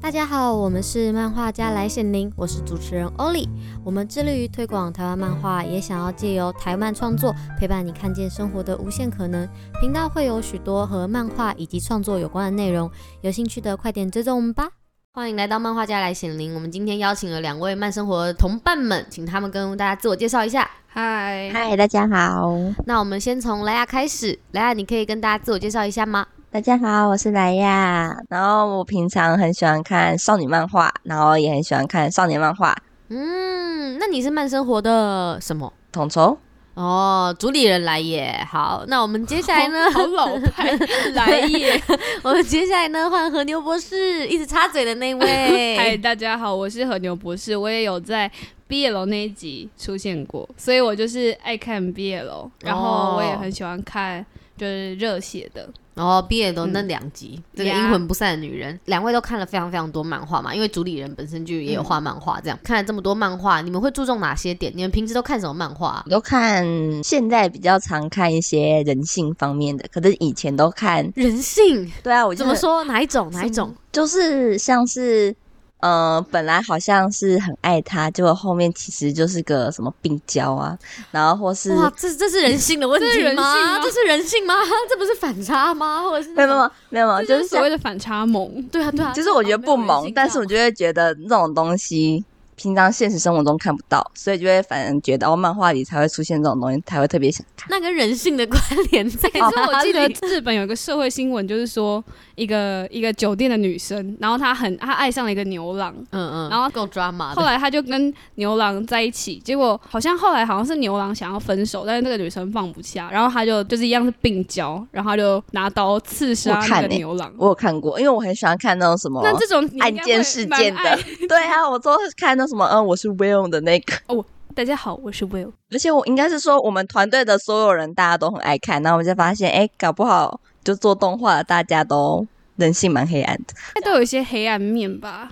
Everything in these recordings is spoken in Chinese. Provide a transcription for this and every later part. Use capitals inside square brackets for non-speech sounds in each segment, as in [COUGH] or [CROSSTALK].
大家好，我们是漫画家来显灵，我是主持人欧丽。我们致力于推广台湾漫画，也想要借由台漫创作陪伴你看见生活的无限可能。频道会有许多和漫画以及创作有关的内容，有兴趣的快点追踪我们吧。欢迎来到漫画家来显灵，我们今天邀请了两位慢生活的同伴们，请他们跟大家自我介绍一下。嗨，嗨，大家好，那我们先从莱雅开始，莱雅，你可以跟大家自我介绍一下吗？大家好，我是莱亚。然后我平常很喜欢看少女漫画，然后也很喜欢看少年漫画。嗯，那你是慢生活的什么？统筹，哦，主理人来耶！好，那我们接下来呢？好老派，来也。 [LAUGHS] 我们接下来呢，换和牛博士一直插嘴的那 [LAUGHS] 嗨，位。大家好，我是和牛博士，我也有在 BL 那一集出现过，所以我就是爱看 BL，然后我也很喜欢看就是热血的。哦，毕业的那两集，这个呀阴魂不散的女人，两位都看了非常非常多漫画嘛，因为主理人本身就也有画漫画，这样、看了这么多漫画，你们会注重哪些点？你们平时都看什么漫画啊？我都看，现在比较常看一些人性方面的，可是以前都看。人性对啊，我就怎是么说？哪一种？哪一种？就是像是，呃，本来好像是很爱他，结果后面其实就是个什么病娇啊，然后或是哇，这这是人性的问这是题人性吗？吗这是人性吗？ [LAUGHS] 这不是反差吗？或者是没有没有没有没有，这就啊就是是所谓的反差萌，对啊对啊，就是我觉得不没有人萌，性但是我就会觉得那种东西平常现实生活中看不到，所以就会反而觉得哦，漫画里才会出现这种东西，才会特别想看。那跟人性的关联 [LAUGHS] 在可是我哪记得里日本有一个社会新闻，就是说一个一个酒店的女生，然后她很她爱上了一个牛郎，嗯嗯，然后够抓马 [LAUGHS] 后来她就跟牛郎在一起，结果好像后来好像是牛郎想要分手，但是那个女生放不下，然后她就就是一样是病娇，然后她就拿刀刺杀我那看个欸牛郎。我有看过，因为我很喜欢看那种什么那这种你应该案会件事件蛮爱的。对啊，我都是看那什么，嗯，我是 Will 的那个， [LAUGHS] [LAUGHS] 大家好，我是 Will。哎而且我应该是说我们团队的所有人大家都很爱看，然后我们就发现，哎，搞不好就做动画的大家都人性蛮黑暗的。那都有一些黑暗面吧？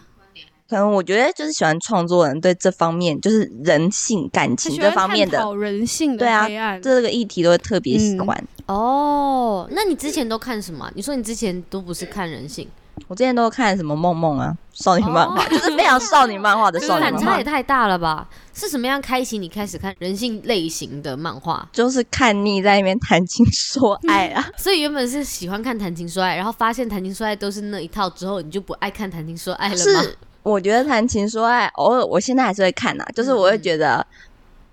可能我觉得就是喜欢创作人对这方面，就是人性感他情喜这欢方面探的讨人性对的啊黑暗。这个议题都会特别喜嗯欢。哦，那你之前都看什么啊？你说你之前都不是看人性，我之前都看什么梦梦啊，少女漫画，哦就是非常少女漫画的这少女反漫差画也，太大了吧？是什么样开启你开始看人性类型的漫画？就是看腻在那边谈情说爱 [LAUGHS] 啊。所以原本是喜欢看谈情说爱，然后发现谈情说爱都是那一套之后，你就不爱看谈情说爱了吗？是，我觉得谈情说爱，偶尔我现在还是会看啊，就是我会觉得。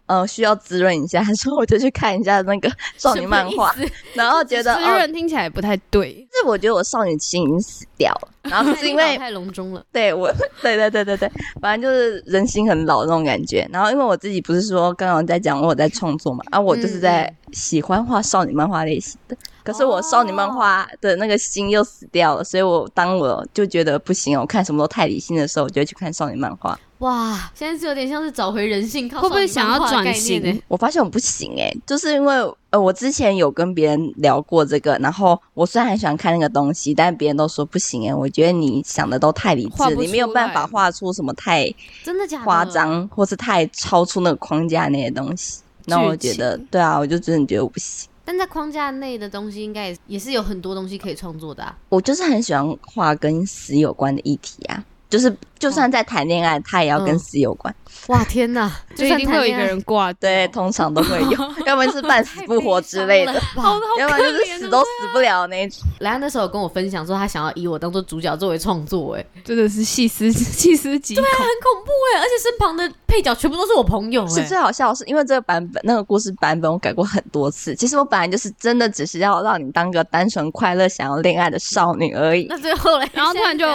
呃，需要滋润一下，所以我就去看一下那个少女漫画，然后觉得，滋哦，润听起来不太对。是我觉得我少女心已经死掉了，然后是 [LAUGHS] 因为太笼中了。 [LAUGHS] 对我，对对对对对，反正就是人心很老那种感觉。然后因为我自己不是说刚刚在讲我有在创作嘛，啊，我就是嗯在喜欢画少女漫画类型的，可是我少女哦漫画的那个心又死掉了，所以我当我就觉得不行，我看什么都太理性的时候，我就会去看少女漫画。哇，现在是有点像是找回人性，靠会不会少女漫画想要的概转型念呢？我发现我不行诶、就是因为呃，我之前有跟别人聊过这个，然后我虽然很喜欢看那个东西，但别人都说不行诶、欸我觉得你想的都太理画智，不你没有出办来法画出什么太。真的假的？夸嗯张，或是太超出那个框架那些东西。那我觉得，对啊，我就真的觉得我不行。但在框架内的东西，应该也也是有很多东西可以创作的啊。我就是很喜欢画跟死有关的议题啊，就是就算在谈恋爱，它也要嗯跟死有关。哇，天哪！ [LAUGHS] [LAUGHS] 就一算定谈会有一恋个爱人挂掉对，，通常都会嗯有， [LAUGHS] 要不然是半死不活之 [LAUGHS] 类的，好好要不可然就是怜死哦，都死不了那一种。莱安那时候有跟我分享说，他想要以我当做主角作为创作、哎，真的是细思细思极 [LAUGHS] 恐。啊很恐怖哎、而且身旁的配角全部都是我朋友是啊哎、最好笑的是，因为这个版本那个故事版本我改过很多次。其实我本来就是真的只是要让你当个单纯快乐、想要恋爱的少女而已。那最后嘞，然后突然就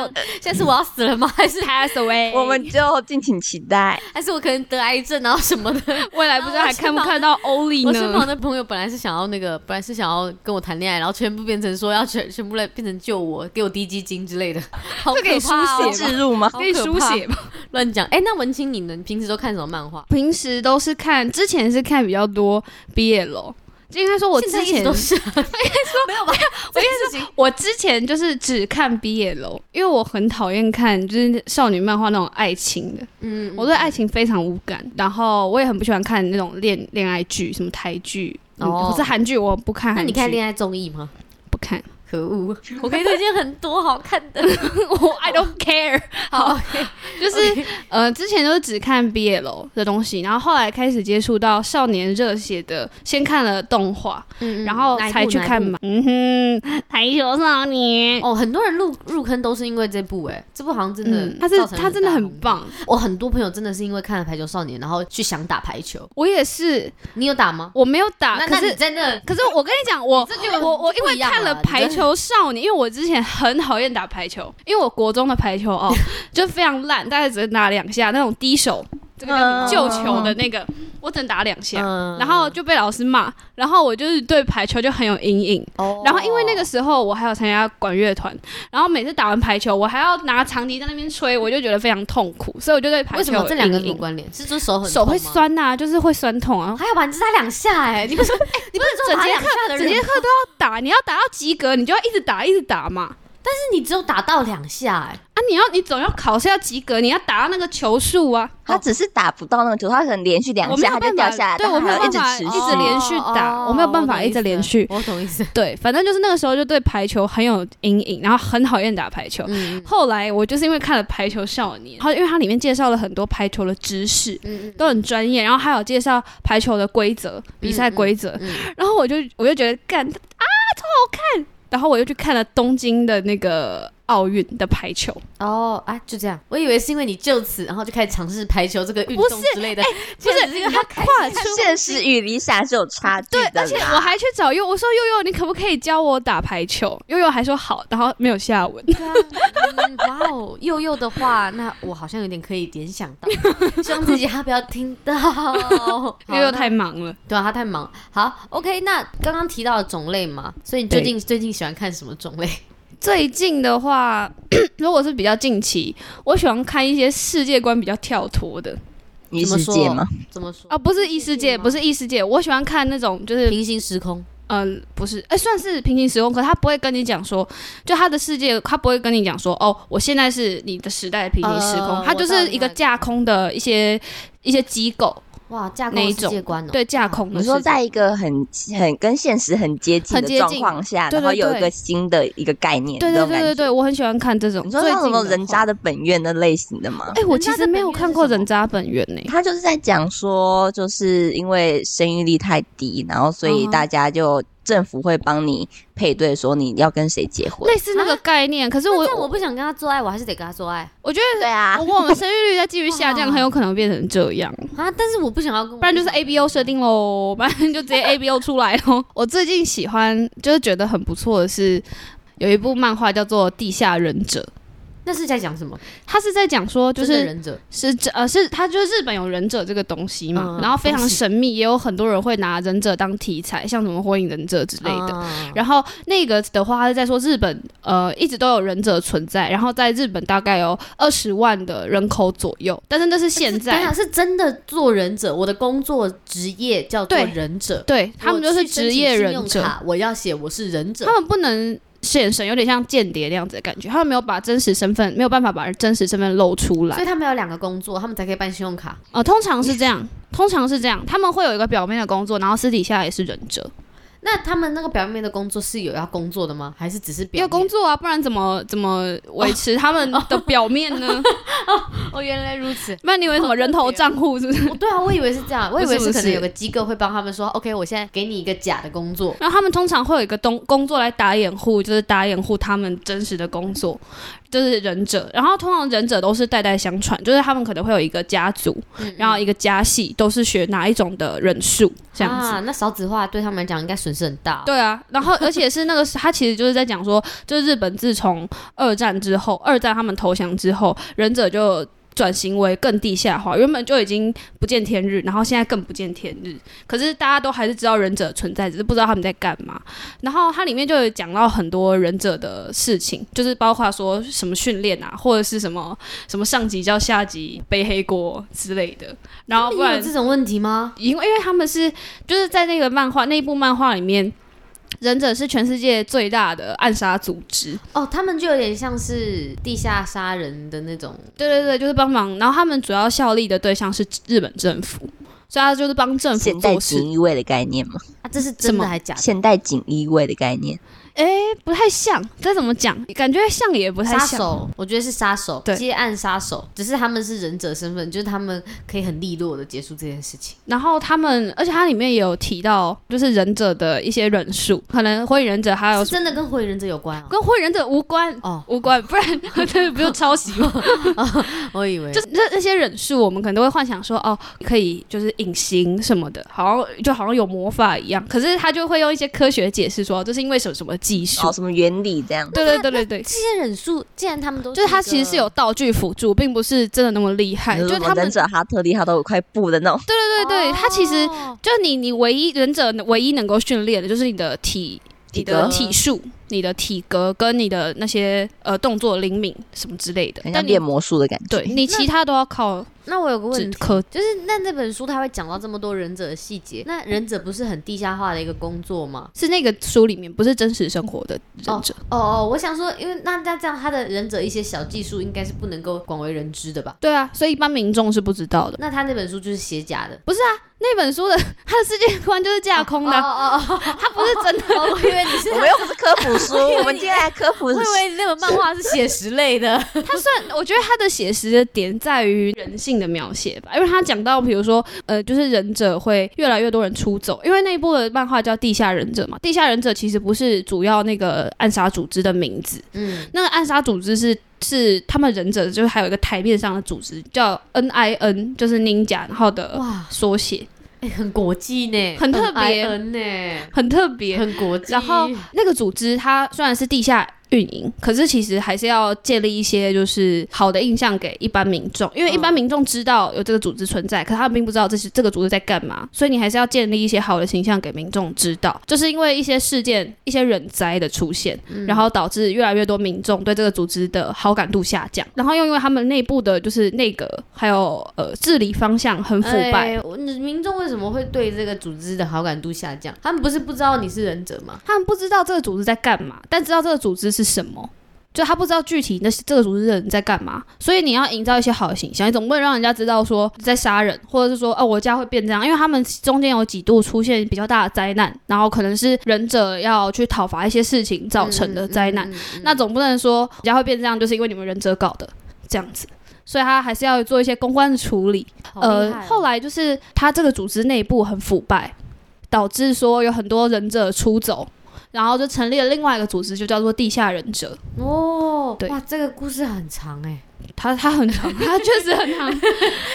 现在是怎样现在是我要死了 [LAUGHS] 吗？还是 Pass away，我们就敬请期待。还是我可能得癌症然后什么 [LAUGHS] 的？ [LAUGHS] 未来不知道还看不看到欧丽我身旁呢？的朋友本来是想要那个，本来是想要跟我谈恋爱，然后全部变成说要全全部来变成救我，给我滴鸡精之类 [LAUGHS] 的，好可这可以怕、书哦写！置入吗？好可怕可以书写吧。乱讲哎，那文青你呢？你平时都看什么漫画？平时都是看，之前是看比较多 BL，就应该说我现在之一直前都是，应该说没有吧？这件事情 [LAUGHS] 我之前就是只看 BL，因为我很讨厌看就是少女漫画那种爱情的，嗯我对爱情非常无感，然后我也很不喜欢看那种恋恋爱剧，什么台剧，嗯哦或是韩剧，我不看那韩你剧。看恋爱综艺吗？ [LAUGHS] 不看？可 [LAUGHS] 恶，我可以推荐很多好看的，我 I don't care， [LAUGHS] 好好， [LAUGHS] 就是嗯呃，之前都只看 BL 的东西，然后后来开始接触到少年热血的，先看了动画，嗯然后才去看。哪一部嘛。嗯哼， [LAUGHS] 排球少年哪一。部哦，很多人入入坑都是因为这部哎、这部好像真的嗯，他是造成他真的大很轰动。棒，我很多朋友真的是因为看了《排球少年》，然后去想打排球。我也是，你有打吗？我没有打，那啊可那你是在那，可是我跟你讲，我这就我我因不为一样啊看了啦排，球少年，因为我之前很讨厌打排球，因为我国中的排球哦就非常烂，大概只能打两下那种低手，这个叫什么嗯救球的那个，我只能打两下，嗯然后就被老师骂，然后我就是对排球就很有阴影。哦然后因为那个时候我还有参加管乐团，然后每次打完排球，我还要拿长笛在那边吹，我就觉得非常痛苦，所以我就对排为球什有么这两个阴有影关联？是就是手很手会痛吗，哦酸呐、就是会酸痛啊。还有吧，你只打两下哎、你不是你不是只有 [LAUGHS] 整打节两课下的人整节课都要打，你要打到及格，你就要一直打，一直打嘛。但是你只有打到两下哎、啊，你要你总要考试要及格，你要打到那个球数啊。他只是打不到那个球，他可能连续两我没下有他就办掉法下来，对但我他没有还要一直办法哦持一续。直连续打我没有办哦法一直连续我懂意思。对，反正就是那个时候就对排球很有阴影，然后很讨厌打排球。嗯后来我就是因为看了《排球少年》，然后因为它里面介绍了很多排球的知识，嗯都很专业，然后还有介绍排球的规则、比赛规则，嗯，然后我就我就觉得干啊，超好看。然后我又去看了东京的那个奥运的排球，哦啊，就这样。我以为是因为你就此，然后就开始尝试排球这个运不动是哎之类的，不是简直一个他开跨出现实与理想是有差距对，的啦，而且我还去找悠悠，我说悠悠，你可不可以教我打排球？悠悠还说好，然后没有下文。对啊嗯哇哦，佑佑的话，那我好像有点可以联想 [LAUGHS] 到，希望自己他不要听到。好悠悠那太忙了，对啊，他太忙。好，OK，那刚刚提到的种类嘛，所以你最近最近喜欢看什么种类？最近的话， [CLEARS THROAT] 如果是比较近期，我喜欢看一些世界观比较跳脱的异怎么世说界吗？怎么说啊，不是异世界，吗不是异世界，我喜欢看那种就是平行时空。嗯，不是，哎、算是平行时空，可他不会跟你讲说，就他的世界，他不会跟你讲说，哦，我现在是你的时代的平行时空，呃它就我知道是你一个那个架空的一些一些机构，哇，架哪空一世种界观哦。对架空的你世界。说在一个很很跟现实很接近很的接状近况下，对然后对有一对个新的一个概念，对这对种对感对觉对，我很喜欢看这种。你说最那近种的人话渣的本愿那类型的吗？哎、我其人渣实的没本有源看是过什么人渣本源呢、他就是在讲说，就是因为生育率太低，然后所以嗯哼大家就政府会帮你配对，说你要跟谁结婚。类似那个概念。可是那我这样我不想跟他做爱，我还是得跟他做爱我觉对啊得，如，果我们生育率在继续下降，哇很有可能变成这样。啊！但是我不想要跟我，不然就是 A B O 设定喽， [LAUGHS] 不然就直接 A B O 出来喽。我最近喜欢，就是觉得很不错的是，有一部漫画叫做《地下忍者》，那是在讲什么？它是在讲说，就真的是忍者是这呃是它就是日本有忍者这个东西嘛，嗯然后非常东西神秘，也有很多人会拿忍者当题材，像什么火影忍者之类的。的然后那个的话，他是在说日本呃一直都有忍者存在，然后在日本大概有二十万的人口左右，但是那是现等一在下，是真的做忍者，我的工作职业叫做对忍者，对他们就是职业忍我去申请信者用，卡，我要写我是忍者他。们不能现身，有点像间谍那样子的感觉，他们没有把真实身份，没有办法把真实身份露出所来。以他们有两个工作，他们才可以办信用卡。呃，通常是这样，通常是这样，他们会有一个表面的工作，然后私底下也是忍者，那他们那个表面的工作是有要工作的吗？还是只是表面要工？作啊，不然怎么怎么维持他们的表面 [LAUGHS] 呢？哦，原来如此。那你以为什么人头账户是不 [LAUGHS] 是？哦，对啊，我以为是这样，我以为不是是不可能是有个机构会帮他们说，OK，我现在给你一个假的工作， [LAUGHS] 然后他们通常会有一个东工作来打掩护，就是打掩护他们真实的工作，就是忍者。然后通常忍者都是代代相传，就是他们可能会有一个家族，嗯然后一个家系都是学哪一种的忍术这样子。啊、那少子化对他们来讲应该损失很大。对啊，然后而且是那个时，他其实就是在讲说，就是日本自从二战之后，二战他们投降之后，忍者就转型为更地下化，原本就已经不见天日，然后现在更不见天日。可是大家都还是知道忍者存在，只是不知道他们在干嘛。然后它里面就有讲到很多忍者的事情，就是包括说什么训练啊，或者是什么什么上级叫下级背黑锅之类的。然他后啊不们也然有这种问题吗？因为因为他们是就是在那个漫画那一部漫画里面，忍者是全世界最大的暗杀组织。哦，他们就有点像是地下杀人的那种，对对对，就是帮忙。然后他们主要效力的对象是日本政府，所以他就是帮政府现代做事。锦衣卫的概念吗？啊，这是什真的么还假的？现代锦衣卫的概念，哎、不太像，这怎么讲？感觉像也不太杀像。手，我觉得是杀手，对接案杀手，只是他们是忍者身份，就是他们可以很利落的结束这件事情。然后他们，而且它里面也有提到，就是忍者的一些人数，可能火影忍者还有是真的跟火影忍者有关啊？跟火影忍者无关。哎哦，无关，不然 [LAUGHS] 这不就抄袭吗？哦我以为就是那那些忍术，我们可能都会幻想说，哦，可以就是隐形什么的，好像就好像有魔法一样。可是他就会用一些科学解释说，这是因为什么什么技术哦，。什么原理这样？对对对对对，这些忍术，既然他们都就是他它其实是有道具辅助，并不是真的那么厉害。就是是我他们忍者哈特哎利，他都有块布的那种，对对对，他其实哦就你你唯一忍者唯一能够训练的就是你的体。体你的格体术、你的体格跟你的那些呃动作灵敏什么之类的很，像但你变魔术的感觉。对你其他都要靠那我有个只问题，科就是那那本书它会讲到这么多忍者的细节，那忍者不是很地下化的一个工作吗？是那个书里面不是真实生活的忍者，哦哦，我想说，因为那那这样他的忍者一些小技术应该是不能够广为人知的吧？对啊，所以一般民众是不知道的。那他那本书就是写假的，不是啊，那本书的 [LAUGHS] 它的世界观就是架空的哦啊，哦哦哦，它不是真的。哦我以为你 [LAUGHS] 是，我们又不是科普 [LAUGHS] 书，我们今天来科普我以为你那本漫画是写实类的。它算，我觉得它的写实的点在于人性的描写吧，因为它讲到，比如说，呃，就是忍者会越来越多人出走，因为那一部的漫画叫《地下忍者》嘛，《地下忍者》其实不是主要那个暗杀组织的名字，嗯，那个暗杀组织是是他们忍者，就是还有一个台面上的组织叫 N I N，就是 Ninja，然后的 [LAUGHS] 哇，缩写，哎， [LAUGHS] 很国际呢，很特别 IN 呢，很特别。很国际。然后那个组织它虽然是地下运营，可是其实还是要建立一些就是好的印象给一般民众，因为一般民众知道有这个组织存在，可他们并不知道这是这个组织在干嘛，所以你还是要建立一些好的形象给民众知道。就是因为一些事件、一些忍灾的出现，然后导致越来越多民众对这个组织的好感度下降，然后又因为他们内部的就是内阁还有呃治理方向很腐败，哎我你民众为什么会对这个组织的好感度下降？他们不是不知道你是忍者吗？他们不知道这个组织在干嘛，但知道这个组织是什么。就他不知道具体那这个组织的人在干嘛，所以你要营造一些好的形象，你总不能让人家知道说你在杀人，或者是说哦我家会变这样，因为他们中间有几度出现比较大的灾难，然后可能是忍者要去讨伐一些事情造成的灾难，嗯，嗯嗯嗯那总不能说人家会变这样就是因为你们忍者搞的这样子，所以他还是要做一些公关的处理，好厉呃害哦，后来就是他这个组织内部很腐败，导致说有很多忍者出走，然后就成立了另外一个组织，就叫做地下忍者。哦，对哇，这个故事很长哎、他他很 [LAUGHS] 长，他确实很长，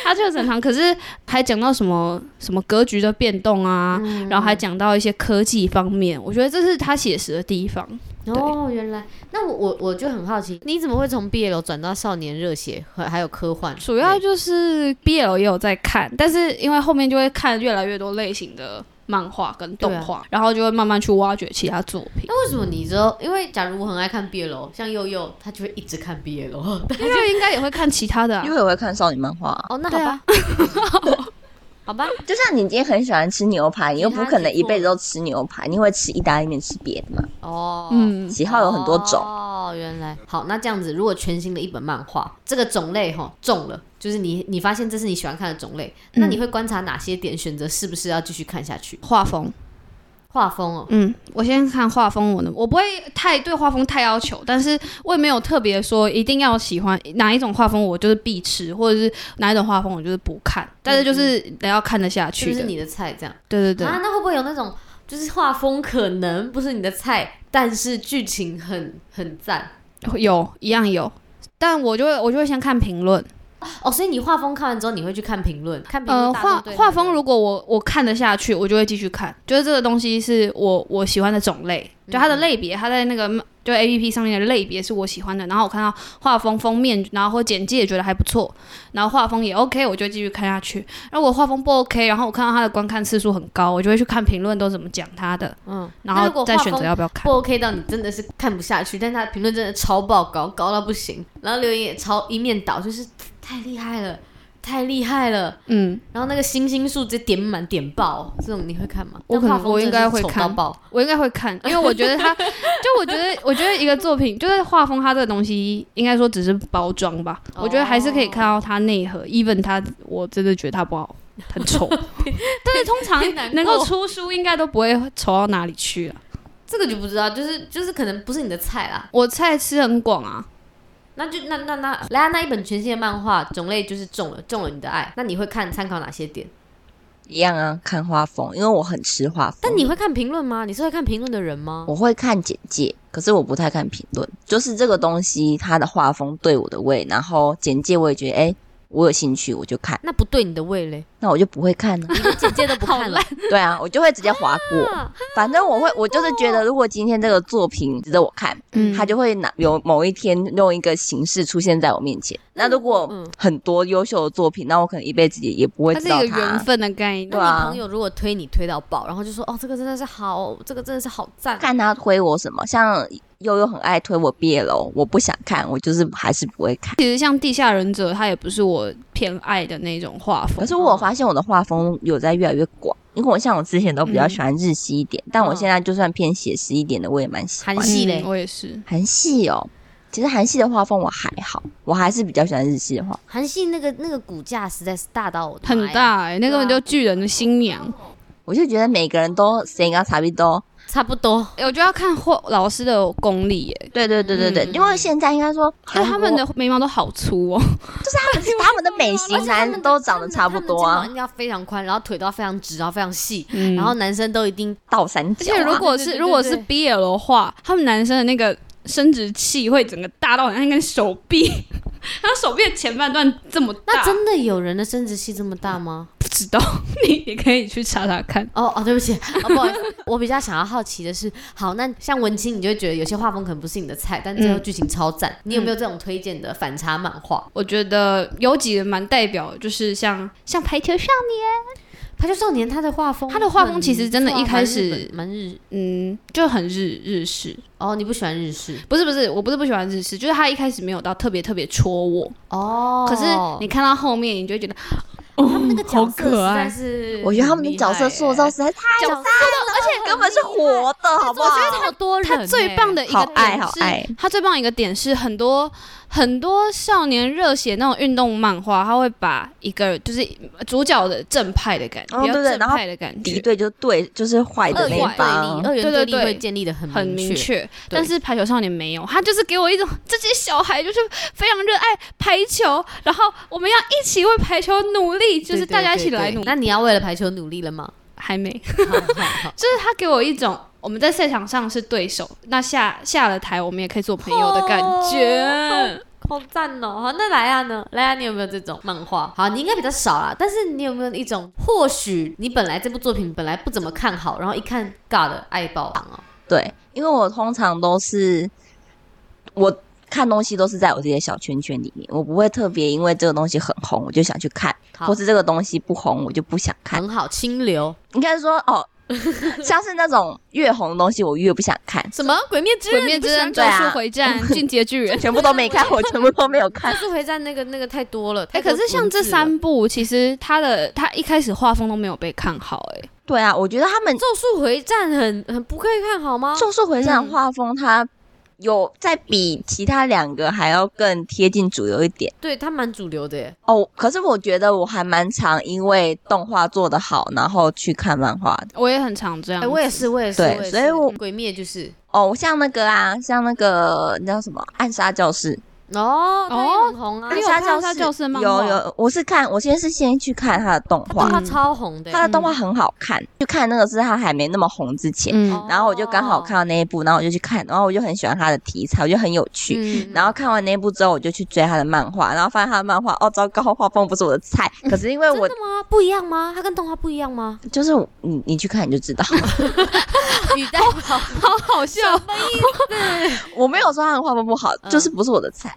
他确实很长。可是还讲到什么什么格局的变动啊，嗯然后还讲到一些科技方面，我觉得这是他写实的地方。哦，原来，那我我我就很好奇，你怎么会从 BL 转到少年热血和还有科幻？主要就是 BL 也有在看，但是因为后面就会看越来越多类型的漫画跟动画，啊然后就会慢慢去挖掘其他作品。那为什么你知道？因为假如我很爱看 BL，像佑佑，他就会一直看 [LAUGHS] BL。因为应该也会看其他的、啊因，为我会看少女漫画啊，哦，那好对吧，啊， [LAUGHS] 好吧，就像你今天很喜欢吃牛排，你又其他不可能几一辈子座都吃牛排，你会吃意大利面，吃别的嘛？哦，嗯，喜好有很多种，哦，原来好，那这样子，如果全新的一本漫画，这个种类哈中了，就是你你发现这是你喜欢看的种类，那嗯你会观察哪些点，选择是不是要继续看下去？画风，画风哦，嗯，我先看画风，我能，我不会太对画风太要求，但是我也没有特别说一定要喜欢哪一种画风，我就是必吃，或者是哪一种画风我就是不看，但是就是得要看得下是不去嗯的，是你的菜这样？对对对，啊，那会不会有那种就是画风可能不是你的菜，但是剧情很很赞有一样有，但我就会我就会先看评论，哦？所以你画风看完之后，你会去看评论，看评论呃，大众画对你的画风如果我我看得下去，我就会继续看，就是这个东西是我我喜欢的种类，嗯就它的类别，它在那个就 A P P 上面的类别是我喜欢的，然后我看到画风封面，然后或简介也觉得还不错，然后画风也 OK，我就继续看下去。如果画风不 OK，然后我看到它的观看次数很高，我就会去看评论都怎么讲它的，嗯，然那如后果再画选择风要不要看不。OK 到你真的是看不下去，但他评论真的超爆高，高到不行，然后留言也超一面倒，就是太厉害了，太厉害了，嗯，然后那个星星数直接点满点爆，这种你会看吗？我可能那画风我应该会真的是丑到 [LAUGHS] 看爆，我应该会看，因为我觉得它 [LAUGHS] 就我觉得我觉得一个作品就是画风，它这个东西应该说只是包装吧，哦我觉得还是可以看到它内核。even 它，我真的觉得它不好， [LAUGHS] 很丑。但是 [LAUGHS] 通别难常过能够出书，应该都不会丑到哪里去啊。这个就不知道，就是就是可能不是你的菜啦。我菜吃很广啊，那就那那那来啊，那一本全新的漫画种类就是中了中了你的爱，那你会看参考哪些点？一样啊，看画风，因为我很吃画风。但你会看评论吗？你是会看评论的人吗？我会看简介，可是我不太看评论。就是这个东西，它的画风对我的胃，然后简介我也觉得，哎、我有兴趣，我就看。那不对你的味 [LAUGHS] 蕾，那我就不会 [LAUGHS] 看了、你的简介都不看了。对啊，我就会直接划过。啊反正我会，我就是觉得，如果今天这个作品值得我看，哦嗯，它就会拿有某一天用一个形式出现在我面前。那如果嗯很多优秀的作品，那我可能一辈子也也不会它知是道一个它缘。分的概念。对那你啊朋友如果推你推到爆，然后就说哦，这个真的是好，这个真的是好赞，看他推我什么，像悠悠很爱推我毕业楼，我不想看，我就是还是不会看。其实像《地下忍者》，它也不是我偏爱的那种画风。可是我有发现我的画风有在越来越广，因为我像我之前都比较嗯喜欢日系一点，但我现在就算偏写实一点的，我也蛮喜欢韩系嘞嗯我也是。韩系哦。其实韩系的画风我还好，我还是比较喜欢日系的画。韩系那个那个骨架实在是大到我的妈呀很，大哎、那哦根本就巨人的新娘。我就觉得每个人都谁跟差不多。差不多。欸我觉得要看画老师的功力哎、对对对对对，嗯因为现在应该说欸，韩哎，国他们的眉毛都好粗哦。他们的美型男都长得差不多他们啊的，肩膀一定要非常宽，然后腿都要非常直，然后非常细，嗯然后男生都一定倒三而角、且如啊。果对对对是对如果是对 BL 的话，他们男生的那个生殖器会整个大到好像一根手臂， [LAUGHS] 他手臂的前半段这么大。那真的有人的生殖器这么大吗？不知道，你你可以去查查看。哦哦，对不起，哦不好意思，我比较想要好奇的是，好，那像文青，你就会觉得有些画风可能不是你的菜，但最后嗯剧情超赞，你有没有这种推荐的反差漫画？我觉得有几个蛮代表，就是像像排球少排球少年他的画风很不错啊，他的画风其实真的一开蛮日始本蛮日嗯，就很日日式，哦，你不喜欢日式不是不是，我不是不喜欢日式，就是他一开始没有到特别特别戳我，哦，可是你看到后面，你就会觉得他们那个角好色可实在爱是，哦我觉得他们的角色塑造，实在太角色好了，而且根本是活的，哎好不好？这么多人欸，他最棒的一个好爱点好爱是，他最棒的一个点是很多很多少年热血那种运动漫画，他会把一个就是主角的正派的感觉，哦比较对对正然后派的感敌觉。对就是对，就是坏的二那元一对方立，。二元对立对对对会建立的很很明明确。确，但是排球少年没有，他就是给我一种这些小孩就是非常热爱排球，然后我们要一起为排球努力，就是对对大家一起对来对努力。那你要为了排球努力了吗？还没，就好好好是他给我一种我们在赛场上是对手，那下下了台我们也可以做朋友的感觉。 [LAUGHS] 好赞哦！好，那莱亚呢？莱亚，你有没有这种漫画？好，你应该比较少啦。但是你有没有一种，或许你本来这部作品本来不怎么看好，然后一看尬的爱爆啊？对，因为我通常都是我看东西都是在我自己的小圈圈里面，我不会特别因为这个东西很红我就想去看，好或是这个东西不红我就不想看。很好，清流应该说 [LAUGHS] 哦，像是那种越红的东西我越不想看，什么《鬼灭之《刃鬼》灭之刃》《咒对啊术回战》《进阶巨人》。全部都没看，我全部都没有 [LAUGHS] 看但。是回战那个那个太多了。太哎、多可是像这文字了三部，其实他的他一开始画风都没有被看好、哎，对啊，我觉得他们《咒术回战很》很不可以看好吗？《咒术回战》嗯的画风它有在比其他两个还要更贴近主流一点。对，它蛮主流的耶。哦，可是我觉得我还蛮常因为动画做得好，然后去看漫画的。我也很常这样哎、子。我也是，我也是，对也是所以我鬼灭就是哦，像那个啊，像那个那叫什么《暗杀教室》，哦，它也很红啊，你暗有杀看教暗杀室教室漫有画有，我是看，我先是先去看他的动它画动，画嗯超红的耶。他的动画很好看，就看那个是他还没那么红之前，嗯，然后我就刚好看到那一部，然后我就去看，然后我就很喜欢他的题材，我觉得很有趣。嗯然后看完那一部之后，我就去追他的漫画，然后发现他的漫画，哦，糟糕，画风不是我 [LAUGHS] 的菜。可是因为我真的吗？不一样吗？它跟动画不一样吗？就是我你，你去看你就知道。 [LAUGHS] 语带好，好好笑。 [LAUGHS] 我没有说他的画风不好，就是不是我的菜。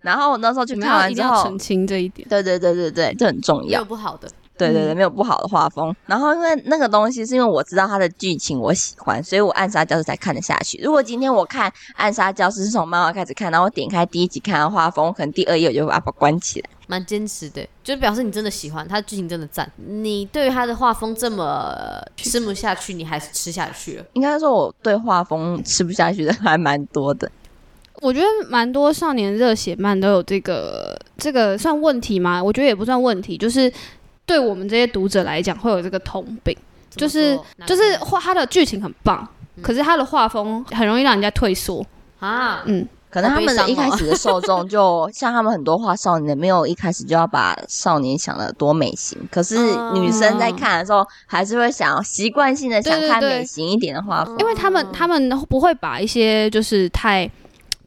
然后我那时候去嗯你们看要一完定之要后澄，清这一点。对对对对对，这很重没要有。不好的。对对嗯对，没有不好的画风。然后因为那个东西是因为我知道它的剧情我喜欢，所以我《暗杀教室》才看得下去。如果今天我看《暗杀教室》是从漫画开始看，然后我点开第一集看它画风，我可能第二页我就把它关起来。蛮坚持的，就是表示你真的喜欢他的剧情，真的赞。你对于他的画风这么吃不下去，你还是吃下去了。应该说我对画风吃不下去的还蛮多的。我觉得蛮多少年热血漫都有这个这个算问题吗？我觉得也不算问题，就是对我们这些读者来讲会有这个通病，就是怎么说就是画它的剧情很棒，可是他的画风很容易让人家退缩。啊，嗯，可能好他悲们伤的一开哦始的受 [LAUGHS] 众就像他们很多画少年，没有一开始就要把少年想的多美型。可是嗯女生在看的时候，还是会想习惯性的想对对看对美型一点的画风。因为他哦们他们不会把一些就是太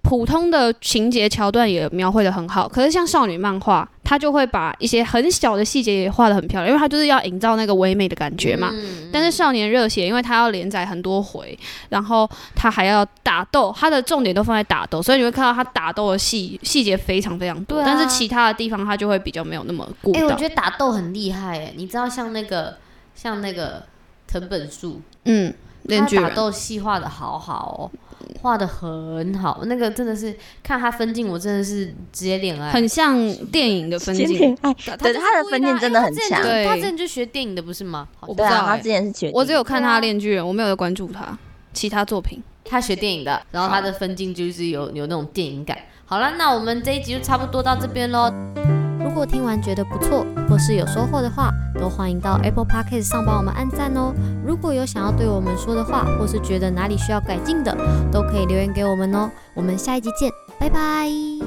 普通的情节桥段也描绘的很好，可是像少女漫画，它就会把一些很小的细节也画的很漂亮，因为它就是要营造那个唯美的感觉嘛。嗯但是少年热血，因为它要连载很多回，然后它还要打斗，它的重点都放在打斗，所以你会看到它打斗的细细节非常非常多。对啊但是其他的地方它就会比较没有那么顾哎、到。我觉得打斗很厉害哎，你知道像那个像那个藤本树，嗯，他连巨打人斗戏画的好好哦，画的很好，那个真的是看他分镜，我真的是直接恋爱。很像电影的分先镜。恋爱，就对是他的故意分镜啊真的很因为强他之前就对他之前就学电影的不是吗？好像不对知道啊，他欸之前是学弟，我只有看他练巨人，我没有关注他其他作品。他学电影的，然后他的分镜就是有有那种电影感。好了，那我们这一集就差不多到这边喽。如果听完觉得不错，或是有收获的话，都欢迎到 Apple Podcast 上帮我们按赞哦。如果有想要对我们说的话，或是觉得哪里需要改进的，都可以留言给我们哦。我们下一集见，拜拜。